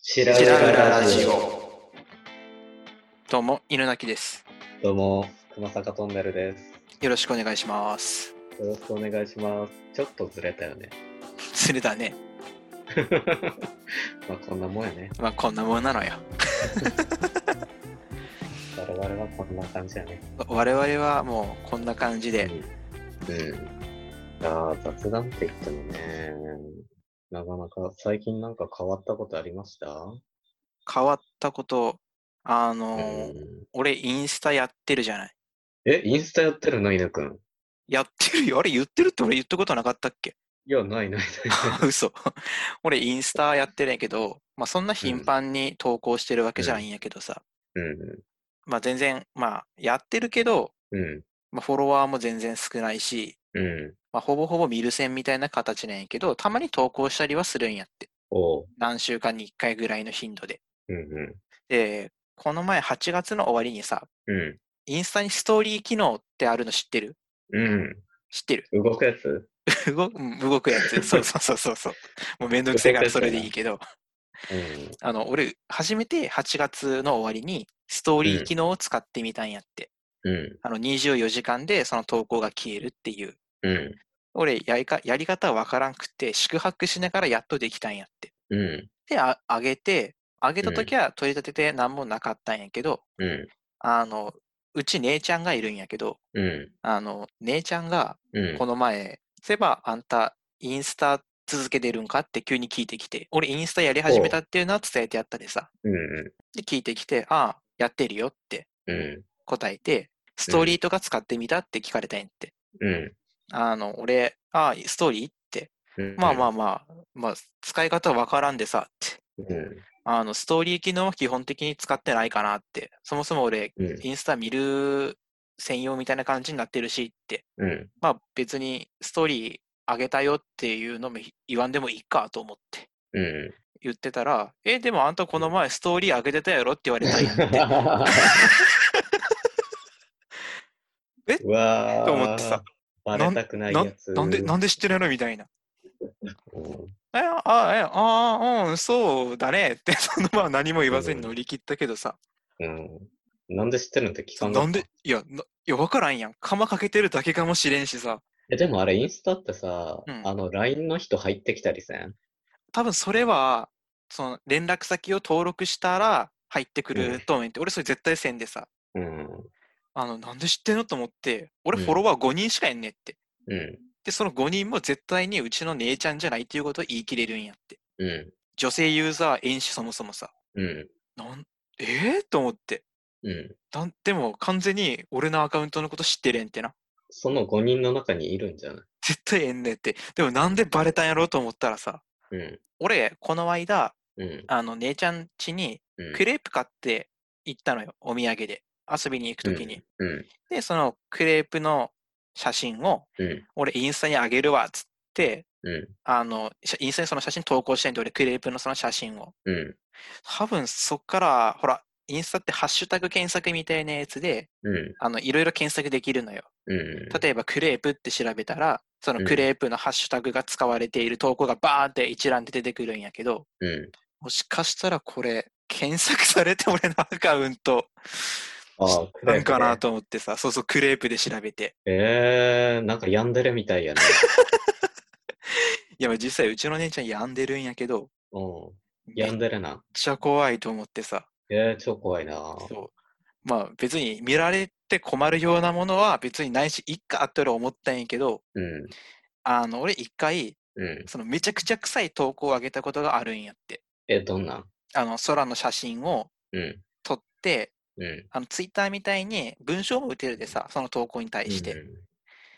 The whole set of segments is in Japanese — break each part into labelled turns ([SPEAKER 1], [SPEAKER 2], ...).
[SPEAKER 1] 白
[SPEAKER 2] 白
[SPEAKER 1] 浦
[SPEAKER 2] 浦ラ
[SPEAKER 1] ラ
[SPEAKER 2] ジ
[SPEAKER 1] ジオ。
[SPEAKER 2] オ。どうも、犬鳴です。
[SPEAKER 1] どうも、熊坂トンネルです。
[SPEAKER 2] よろしくお願いします。
[SPEAKER 1] よろしくお願いします。ちょっとずれたよね。
[SPEAKER 2] それだね。
[SPEAKER 1] まあこんなもんやね。
[SPEAKER 2] まあ、こんなもんなのよ。
[SPEAKER 1] 我々はこんな感じやね。
[SPEAKER 2] 我々はもうこんな感じで、
[SPEAKER 1] うん。うん、ああ、雑談って言ってもね、なかなか最近なんか変わったことありました
[SPEAKER 2] 変わったこと、あのー、
[SPEAKER 1] うん
[SPEAKER 2] 俺、インスタやってるじゃない。
[SPEAKER 1] え、インスタやってるの犬くん。
[SPEAKER 2] やってるよ。あれ、言ってるって俺言ったことなかったっけ
[SPEAKER 1] いや、ないないない。
[SPEAKER 2] 嘘。俺、インスタやってるんやけど、まあ、そんな頻繁に投稿してるわけじゃないんやけどさ。
[SPEAKER 1] うん。
[SPEAKER 2] まあ、全然、まあ、やってるけど、
[SPEAKER 1] うん。
[SPEAKER 2] まあ、フォロワーも全然少ないし、
[SPEAKER 1] うん。
[SPEAKER 2] まあ、ほぼほぼ見る線みたいな形なんやけど、たまに投稿したりはするんやって。
[SPEAKER 1] おう。
[SPEAKER 2] 何週間に1回ぐらいの頻度で。
[SPEAKER 1] うんう
[SPEAKER 2] で、この前8月の終わりにさ、
[SPEAKER 1] ん。うん。
[SPEAKER 2] インスタにストーリー機能ってあるの知ってる
[SPEAKER 1] う
[SPEAKER 2] 知って る
[SPEAKER 1] ん。動くやつ
[SPEAKER 2] 動くうん動くやつ。そうそうそうそうそう。もうめんどくせえからそれでいいけど、
[SPEAKER 1] うん。
[SPEAKER 2] あの、俺、初めて8月の終わりにストーリー機能を使ってみたんやって。
[SPEAKER 1] う
[SPEAKER 2] あの、24時間でその投稿が消えるっていう。
[SPEAKER 1] ん。うん。
[SPEAKER 2] 俺やりか、やり方わからんくて、宿泊しながらやっとできたんやって。
[SPEAKER 1] うん。
[SPEAKER 2] で、あ上げて、上げた
[SPEAKER 1] うん
[SPEAKER 2] 時は取り立てて何もなかったんやけど、
[SPEAKER 1] うん。
[SPEAKER 2] あの、うち姉ちゃんがいるんやけど、
[SPEAKER 1] うん。
[SPEAKER 2] あの、姉ちゃんが
[SPEAKER 1] うん
[SPEAKER 2] この前、そういえばあんたインスタ続けてるんかって急に聞いてきて、俺インスタやり始めたっていうのは伝えてやったでさ、
[SPEAKER 1] うん
[SPEAKER 2] で聞いてきて、ああ、やってるよって
[SPEAKER 1] うん
[SPEAKER 2] 答えて、ストーリーとか使ってみたって聞かれたんやって。
[SPEAKER 1] うん
[SPEAKER 2] あの、俺、ああ、ストーリーって、
[SPEAKER 1] うん
[SPEAKER 2] まあま
[SPEAKER 1] あ。
[SPEAKER 2] あまあ、まあ、使い方わからんでさ、っ
[SPEAKER 1] う
[SPEAKER 2] て。
[SPEAKER 1] ん
[SPEAKER 2] あの、ストーリー機能は基本的に使ってないかなって。そもそも俺、
[SPEAKER 1] うん
[SPEAKER 2] インスタ見る専用みたいな感じになってるしって。
[SPEAKER 1] うん
[SPEAKER 2] まあ別にストーリーあげたよっていうのも言わんでもいいかと思って
[SPEAKER 1] うん。
[SPEAKER 2] 言ってたら、え、でもあんたこの前ストーリーあげてたやろって言われた んやって。え
[SPEAKER 1] うわー
[SPEAKER 2] と思ってさ。
[SPEAKER 1] バレたくないやつ。
[SPEAKER 2] なんで、なん
[SPEAKER 1] で
[SPEAKER 2] で知ってるのみたいな。え、あ、あ、え、あ、うん、そうだねって、 そのまま何も言わずに乗り切ったけどさ。
[SPEAKER 1] うん。なんで知ってるのって聞かんか
[SPEAKER 2] な
[SPEAKER 1] った
[SPEAKER 2] んで、いや、ないや、わからんやん。釜かけてるだけかもしれんしさ。
[SPEAKER 1] え、でもあれ、インスタってさ、
[SPEAKER 2] うん
[SPEAKER 1] あの、LINE の人入ってきたりせん
[SPEAKER 2] 多分それは、その連絡先を登録したら入ってく
[SPEAKER 1] うん
[SPEAKER 2] ると思って、俺それ絶対せんでさ、
[SPEAKER 1] うん。
[SPEAKER 2] あの、なんで知ってんのと思って、俺
[SPEAKER 1] うん
[SPEAKER 2] フォロワー5人しかいんねって。
[SPEAKER 1] うん。
[SPEAKER 2] で、その5人も絶対にうちの姉ちゃんじゃないっていうことを言い切れるんやって。
[SPEAKER 1] う
[SPEAKER 2] 女性ユーザー、演視そもそもさ、
[SPEAKER 1] ん。うん。
[SPEAKER 2] なん、えー、と思って。
[SPEAKER 1] うん。
[SPEAKER 2] なんでも完全に俺のアカウントのこと知ってれんってな。
[SPEAKER 1] その5人の中にいるんじゃない
[SPEAKER 2] 絶対えんねって。でもなんでバレたんやろうと思ったらさ、
[SPEAKER 1] うん。
[SPEAKER 2] 俺、この間、
[SPEAKER 1] うん。
[SPEAKER 2] あの、姉ちゃん家に
[SPEAKER 1] うん
[SPEAKER 2] クレープ買って行ったのよ、お土産で。遊びに行くときに。
[SPEAKER 1] うん。
[SPEAKER 2] で、そのクレープの写真を、
[SPEAKER 1] うん。
[SPEAKER 2] 俺インスタにあげるわ、っつって、
[SPEAKER 1] うん。
[SPEAKER 2] あの、しインスタにその写真投稿してんで、俺クレープのその写真を。
[SPEAKER 1] うん。
[SPEAKER 2] 多分そっから、ほら、インスタってハッシュタグ検索みたいなやつで、
[SPEAKER 1] うん。
[SPEAKER 2] あの、いろいろ検索できるのよ。
[SPEAKER 1] うん。
[SPEAKER 2] 例えばクレープって調べたら、その
[SPEAKER 1] うん
[SPEAKER 2] クレープのハッシュタグが使われている投稿がバーンって一覧で出てくるんやけど、
[SPEAKER 1] うん。
[SPEAKER 2] もしかしたらこれ、検索されて俺のアカウント、
[SPEAKER 1] あークレ
[SPEAKER 2] な
[SPEAKER 1] ープ
[SPEAKER 2] んかな
[SPEAKER 1] ね
[SPEAKER 2] と思ってさ、そうそう、クレープで調べて。
[SPEAKER 1] えー、なんかヤンデレみたいやね。
[SPEAKER 2] いや、実際、うちの姉ちゃん病んでるんやけど、
[SPEAKER 1] うん。
[SPEAKER 2] め
[SPEAKER 1] ヤ
[SPEAKER 2] っ
[SPEAKER 1] ンデレな。
[SPEAKER 2] ちゃ怖いと思ってさ、
[SPEAKER 1] えー、超怖いな。
[SPEAKER 2] そう。まあ、別に見られて困るようなものは別にないし、いっかって俺思ったんやけど、
[SPEAKER 1] うん。
[SPEAKER 2] あの、俺一回、
[SPEAKER 1] うん。
[SPEAKER 2] そのめちゃくちゃ臭い投稿を上げたことがあるんやって。
[SPEAKER 1] え、どんなん
[SPEAKER 2] あの、空の写真を
[SPEAKER 1] うん。
[SPEAKER 2] 撮って、
[SPEAKER 1] うん。
[SPEAKER 2] あの、ツイッターみたいに文章も打てるでさ、その投稿に対して。
[SPEAKER 1] うん。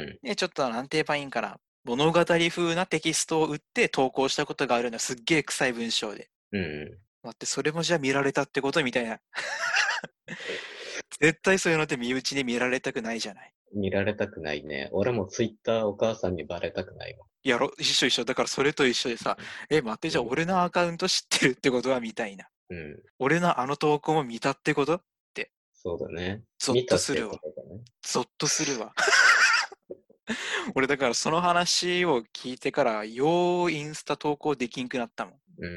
[SPEAKER 1] うん。
[SPEAKER 2] で、ちょっとなんて言えばいいんかな。物語風なテキストを打って投稿したことがあるのすっげえ臭い文章で。
[SPEAKER 1] うん。
[SPEAKER 2] 待って、それもじゃあ見られたってことみたいな。 絶対そういうのって身内で見られたくないじゃない。
[SPEAKER 1] 見られたくないね。俺もツイッターお母さんにバレたくないわ。
[SPEAKER 2] やろ、一緒一緒。だからそれと一緒でさ、え、待って、じゃあ
[SPEAKER 1] うん
[SPEAKER 2] 俺のアカウント知ってるってことはみたいな。
[SPEAKER 1] うん。
[SPEAKER 2] 俺のあの投稿も見たってこと
[SPEAKER 1] そうだね。
[SPEAKER 2] ゾッ
[SPEAKER 1] 見た
[SPEAKER 2] と
[SPEAKER 1] っ
[SPEAKER 2] す
[SPEAKER 1] て
[SPEAKER 2] る
[SPEAKER 1] こ
[SPEAKER 2] わ。
[SPEAKER 1] とだね。
[SPEAKER 2] ゾッとするわ。 俺だからその話を聞いてから、ようインスタ投稿できんくなったもん。
[SPEAKER 1] う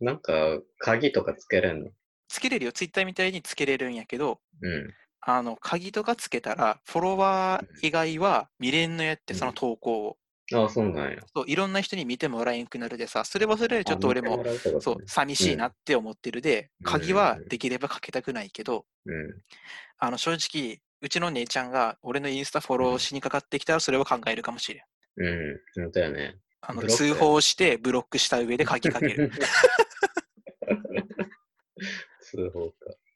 [SPEAKER 1] ーん。なんか、鍵とかつけれんの
[SPEAKER 2] つけれるよ、ツイッターみたいにつけれるんやけど、
[SPEAKER 1] うん。
[SPEAKER 2] あの、鍵とかつけたら、フォロワー以外は見れんのやって、その投稿を。
[SPEAKER 1] ああ、そうなんや。
[SPEAKER 2] そういろんな人に見てもらえんくなるでさ、それはそれでちょっと俺も、
[SPEAKER 1] も
[SPEAKER 2] そう、寂しいなって思ってるで、
[SPEAKER 1] うん
[SPEAKER 2] 鍵はできればかけたくないけど、
[SPEAKER 1] うん。
[SPEAKER 2] あの、正直、うちの姉ちゃんが俺のインスタフォローしにかかってきたら、それは考えるかもしれん。
[SPEAKER 1] うん。本当やね。
[SPEAKER 2] あの
[SPEAKER 1] ブロック
[SPEAKER 2] 通報してブロックした上で鍵かけ る。
[SPEAKER 1] 通報か。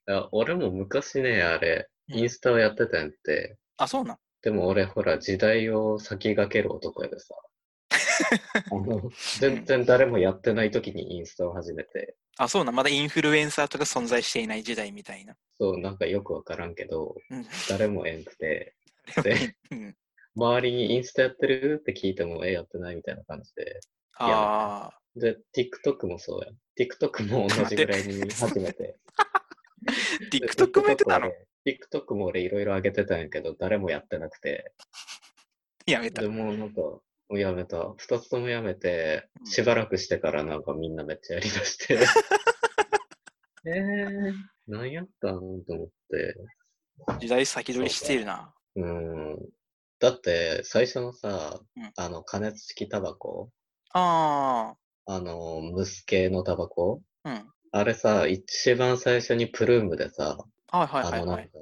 [SPEAKER 1] いや俺も昔ね、あれ、
[SPEAKER 2] うん
[SPEAKER 1] インスタをやってたんやって。
[SPEAKER 2] あ、そうなん
[SPEAKER 1] でも俺、ほら、時代を先駆ける男やで さ。あの全然誰もやってない時にインスタを始めて、
[SPEAKER 2] あ、そうなんまだインフルエンサーとか存在していない時代みたいな。
[SPEAKER 1] そう、なんかよくわからんけど、
[SPEAKER 2] うん
[SPEAKER 1] 誰もえんくて、で
[SPEAKER 2] うん、
[SPEAKER 1] 周りにインスタやってるって聞いても、え、やってないみたいな感じで。
[SPEAKER 2] ああ、
[SPEAKER 1] で、TikTok もそうや。TikTok も同じぐらいに始めて。で
[SPEAKER 2] TikTok もやってたの
[SPEAKER 1] TikTok も俺いろいろ上げてたんやけど、誰もやってなくて。
[SPEAKER 2] やめた
[SPEAKER 1] で。もうなんか、もうやめた。二つともやめて、
[SPEAKER 2] うん
[SPEAKER 1] しばらくしてからなんかみんなめっちゃやりだ して。えー、何やったんと思って。
[SPEAKER 2] 時代先取りしているな。
[SPEAKER 1] うーん。だって、最初のさ
[SPEAKER 2] うん、
[SPEAKER 1] あの、加熱式タバコ
[SPEAKER 2] あ
[SPEAKER 1] あの、ムス系のタバコ
[SPEAKER 2] あ、うん。
[SPEAKER 1] あれさ、一番最初にプルームでさ、
[SPEAKER 2] はいはいは
[SPEAKER 1] あ
[SPEAKER 2] い
[SPEAKER 1] の、
[SPEAKER 2] は
[SPEAKER 1] なん
[SPEAKER 2] い。
[SPEAKER 1] か、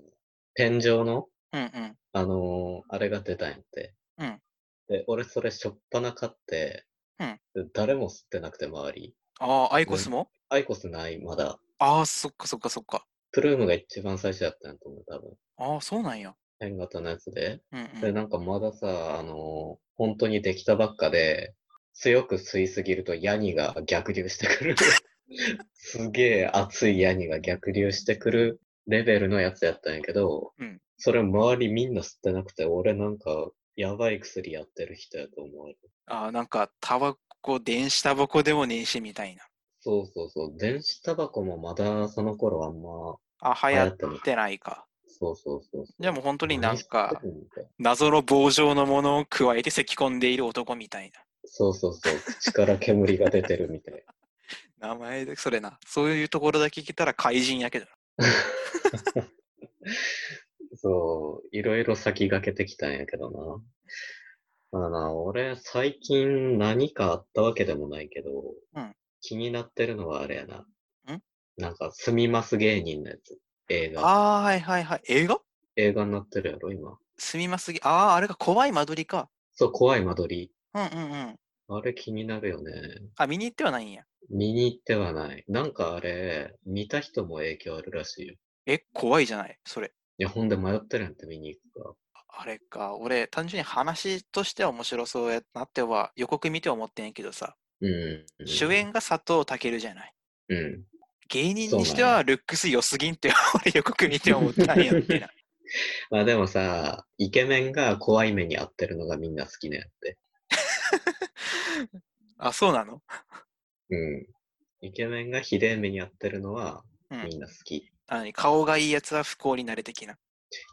[SPEAKER 1] ペン状の、
[SPEAKER 2] うんうん。
[SPEAKER 1] あのーあれが出たんやって。
[SPEAKER 2] うん
[SPEAKER 1] で、俺それしょっぱな買って、
[SPEAKER 2] うん
[SPEAKER 1] で誰も吸ってなくて周り。
[SPEAKER 2] ああ、アイコスも、
[SPEAKER 1] アイコスない、まだ。
[SPEAKER 2] ああ、そっかそっかそっか。
[SPEAKER 1] プルームが一番最初だったんやと思う、多分。
[SPEAKER 2] ああ、そうなんや。
[SPEAKER 1] ペン型のやつで。
[SPEAKER 2] うんう
[SPEAKER 1] で、
[SPEAKER 2] ん。
[SPEAKER 1] なんかまださ、あのー本当にできたばっかで、強く吸いすぎるとヤニが逆流して くる。すげえ熱いヤニが逆流してくるレベルのやつやったんやけど、
[SPEAKER 2] うん
[SPEAKER 1] それ周りみんな吸ってなくて、俺なんかやばい薬やってる人やと思われる。
[SPEAKER 2] ああ、なんか、タバコ、電子タバコでもねえしみたいな。
[SPEAKER 1] そうそうそう。電子タバコもまだその頃あんま、
[SPEAKER 2] あ、流
[SPEAKER 1] 流
[SPEAKER 2] 行
[SPEAKER 1] 行
[SPEAKER 2] っ
[SPEAKER 1] ってない
[SPEAKER 2] てないか。
[SPEAKER 1] そうそうそうそう。
[SPEAKER 2] じゃあもう本当になん
[SPEAKER 1] 何吸っ
[SPEAKER 2] か
[SPEAKER 1] て、んのって
[SPEAKER 2] 謎の棒状のものを加えて咳き込んでいる男みたい
[SPEAKER 1] そうそうそう。口から煙が出てるみたいな。
[SPEAKER 2] な。名前で、それな。そういうところだけ聞けたら怪人やけど。
[SPEAKER 1] そう、いろいろ先駆けてきたんやけどな。まあな、俺、最近何かあったわけでもないけど、
[SPEAKER 2] うん
[SPEAKER 1] 気になってるのはあれやな。
[SPEAKER 2] ん
[SPEAKER 1] なんか、すみます芸人のやつ。映画。
[SPEAKER 2] ああ、はいはいはい。映画
[SPEAKER 1] 映画になってるやろ、今。
[SPEAKER 2] すみますぎ。ああ、あれが怖い間取りか。
[SPEAKER 1] そう、怖い間取り。
[SPEAKER 2] うんうんうん。
[SPEAKER 1] あれ気になるよね。
[SPEAKER 2] あ、見に行ってはないんや。
[SPEAKER 1] 見に行ってはない。なんかあれ、見た人も影響あるらしいよ。
[SPEAKER 2] え、怖いじゃない、それ。
[SPEAKER 1] いや、ほんで迷ってるやんって見に行くか。
[SPEAKER 2] あれか、俺、単純に話としては面白そうやなっては、予告見て思ってんやけどさ、
[SPEAKER 1] うん。うん
[SPEAKER 2] 主演が佐藤健じゃない。
[SPEAKER 1] うん。
[SPEAKER 2] 芸人
[SPEAKER 1] そうなん
[SPEAKER 2] に
[SPEAKER 1] や
[SPEAKER 2] してはルックス良すぎんって俺予告見て思ったんやっ てな。
[SPEAKER 1] まあでもさ、イケメンが怖い目に遭ってるのがみんな好きなやって。
[SPEAKER 2] あ、そうなの
[SPEAKER 1] うん。イケメンがひでえ目に遭ってるのは
[SPEAKER 2] う
[SPEAKER 1] み
[SPEAKER 2] ん。
[SPEAKER 1] んな好き。
[SPEAKER 2] あの顔がいいやつは不幸になれ的な。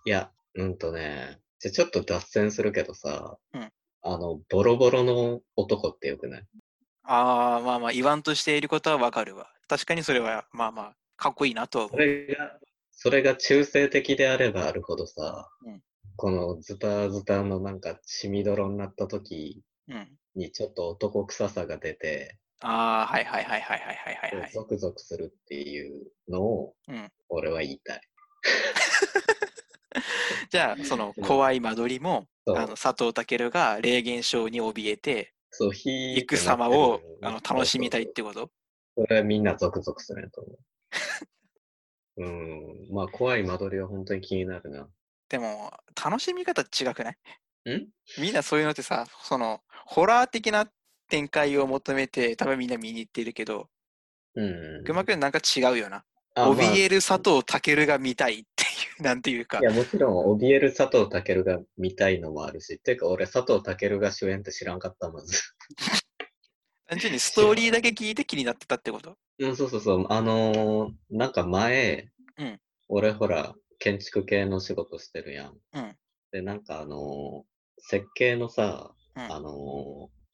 [SPEAKER 1] いや、うんとね、じゃちょっと脱線するけどさ、
[SPEAKER 2] うん
[SPEAKER 1] あの、ボロボロの男ってよくない
[SPEAKER 2] ああ、まあまあ、言わんとしていることはわかるわ。確かにそれは、まあまあ、かっこいいなとは
[SPEAKER 1] そ
[SPEAKER 2] 思う。
[SPEAKER 1] れが、それが中性的であればあるほどさ、
[SPEAKER 2] うん
[SPEAKER 1] このズタズタのなんか血みどろになった時
[SPEAKER 2] うん。
[SPEAKER 1] にちょっと男臭さが出て、
[SPEAKER 2] ああ、はいはいはいはいはいはいはいはい。
[SPEAKER 1] ゾクゾクするっていうのを
[SPEAKER 2] うん、
[SPEAKER 1] 俺は言いたい。
[SPEAKER 2] じゃあ、その怖い間取りも、
[SPEAKER 1] そう
[SPEAKER 2] あの佐藤健が霊現象に怯えて、
[SPEAKER 1] そう、ひー
[SPEAKER 2] 行く
[SPEAKER 1] ってなって
[SPEAKER 2] 様
[SPEAKER 1] る
[SPEAKER 2] を
[SPEAKER 1] の
[SPEAKER 2] あの楽しみたいっ。てこと
[SPEAKER 1] そうそうそうそれはみんなゾクゾクするんやと思 う。うん。まあ、怖い間取りは本当に気になるな。
[SPEAKER 2] でも、楽しみ方違くない
[SPEAKER 1] ん
[SPEAKER 2] みんなそういうのってさ、その、ホラー的な展開を求めて、多分みんな見に行ってるけど、
[SPEAKER 1] うん。
[SPEAKER 2] くまくんなんか違うよな。
[SPEAKER 1] あまあ
[SPEAKER 2] 怯える佐藤健が見たいっていう、 なんていうか
[SPEAKER 1] い。や、もちろん、怯える佐藤健が見たいのもあるし、てか、俺、佐藤健が主演って知らんかった、まず。
[SPEAKER 2] 単純にストーリーだけ聞いて気になってたってこと
[SPEAKER 1] うん、そうそうそう。あのーなんか前、
[SPEAKER 2] うん
[SPEAKER 1] 俺、ほら、建築系の仕事してるやん。
[SPEAKER 2] うん。
[SPEAKER 1] で、なんかあのー設計のさ、
[SPEAKER 2] うん。
[SPEAKER 1] あの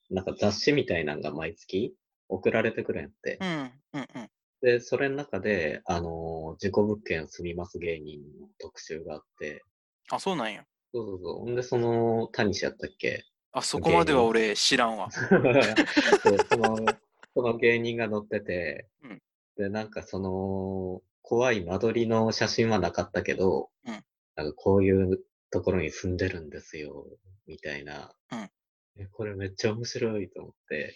[SPEAKER 1] ーなんか雑誌みたいなんが毎月送られてくるんやって
[SPEAKER 2] う。ん、うん、うん。
[SPEAKER 1] で、それの中で、あのー、事故物件住みます芸人の特集があって、
[SPEAKER 2] あ、そうなんや。
[SPEAKER 1] そうそうそう。ほんで、その、谷氏やったっけ
[SPEAKER 2] あ、そこまでは俺知らん わ。
[SPEAKER 1] そうその、その芸人が乗ってて、
[SPEAKER 2] うん
[SPEAKER 1] で、なんかその、怖い間取りの写真はなかったけど、
[SPEAKER 2] うん
[SPEAKER 1] なんかこういうところに住んでるんですよ、みたいな。
[SPEAKER 2] うん
[SPEAKER 1] えこれめっちゃ面白いと思って。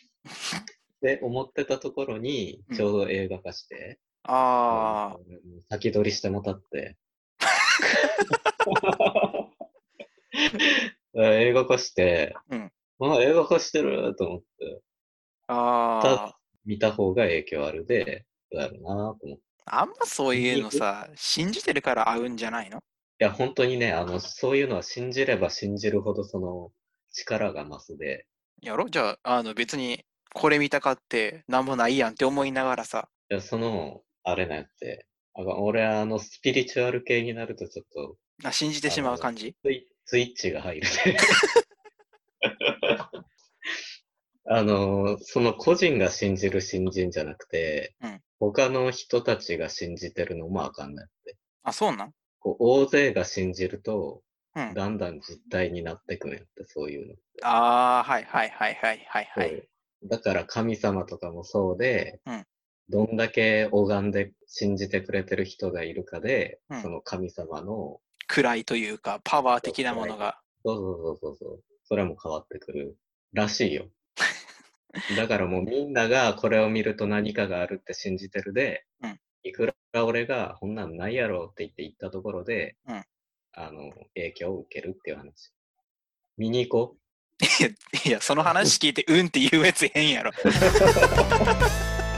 [SPEAKER 1] で、思ってたところに、ちょうど映画化して、
[SPEAKER 2] ああ、
[SPEAKER 1] うん先取りしてもた って。 映画化して、
[SPEAKER 2] うん
[SPEAKER 1] まあ映画化してると思って、
[SPEAKER 2] あ
[SPEAKER 1] 見た方が影響あるで、だろうなと思って。い
[SPEAKER 2] あ。あんまそういうのさ、信じてるから合うんじゃないの
[SPEAKER 1] や、本当にね、あの、そういうのは信じれば信じるほどその力が増すで、
[SPEAKER 2] やろじゃあ、あの別にこれ見たかってなんもないやんって思いながらさ。
[SPEAKER 1] いやその、あれなんやって、あ俺はあのスピリチュアル系になるとちょっと
[SPEAKER 2] あ信じてしまう感じ
[SPEAKER 1] スイスイッチが入るね。 あの、その個人が信じる信心じゃなくて、
[SPEAKER 2] うん
[SPEAKER 1] 他の人たちが信じてるのもあかんないって。
[SPEAKER 2] あ、そうなん
[SPEAKER 1] こう大勢が信じると、
[SPEAKER 2] うん。
[SPEAKER 1] だんだん実態になってくんやって、そういうの。
[SPEAKER 2] ああ、はいはいはいはいはいはい。
[SPEAKER 1] だから神様とかもそうで、
[SPEAKER 2] うん
[SPEAKER 1] どんだけ拝んで信じてくれてる人がいるかで、
[SPEAKER 2] うん
[SPEAKER 1] その神様の、
[SPEAKER 2] 位というか、パワー的なもの が。
[SPEAKER 1] そうそうそうそうそう。それも変わってくるらしい よ。だからもうみんながこれを見ると何かがあるって信じてるで、
[SPEAKER 2] うん
[SPEAKER 1] いくら俺がこんなんないやろって言って行ったところで、
[SPEAKER 2] うん
[SPEAKER 1] あの、影響を受けるっていう話。見に行こ
[SPEAKER 2] いや、その話聞いて、うんって言うやつ変やろ。
[SPEAKER 1] う。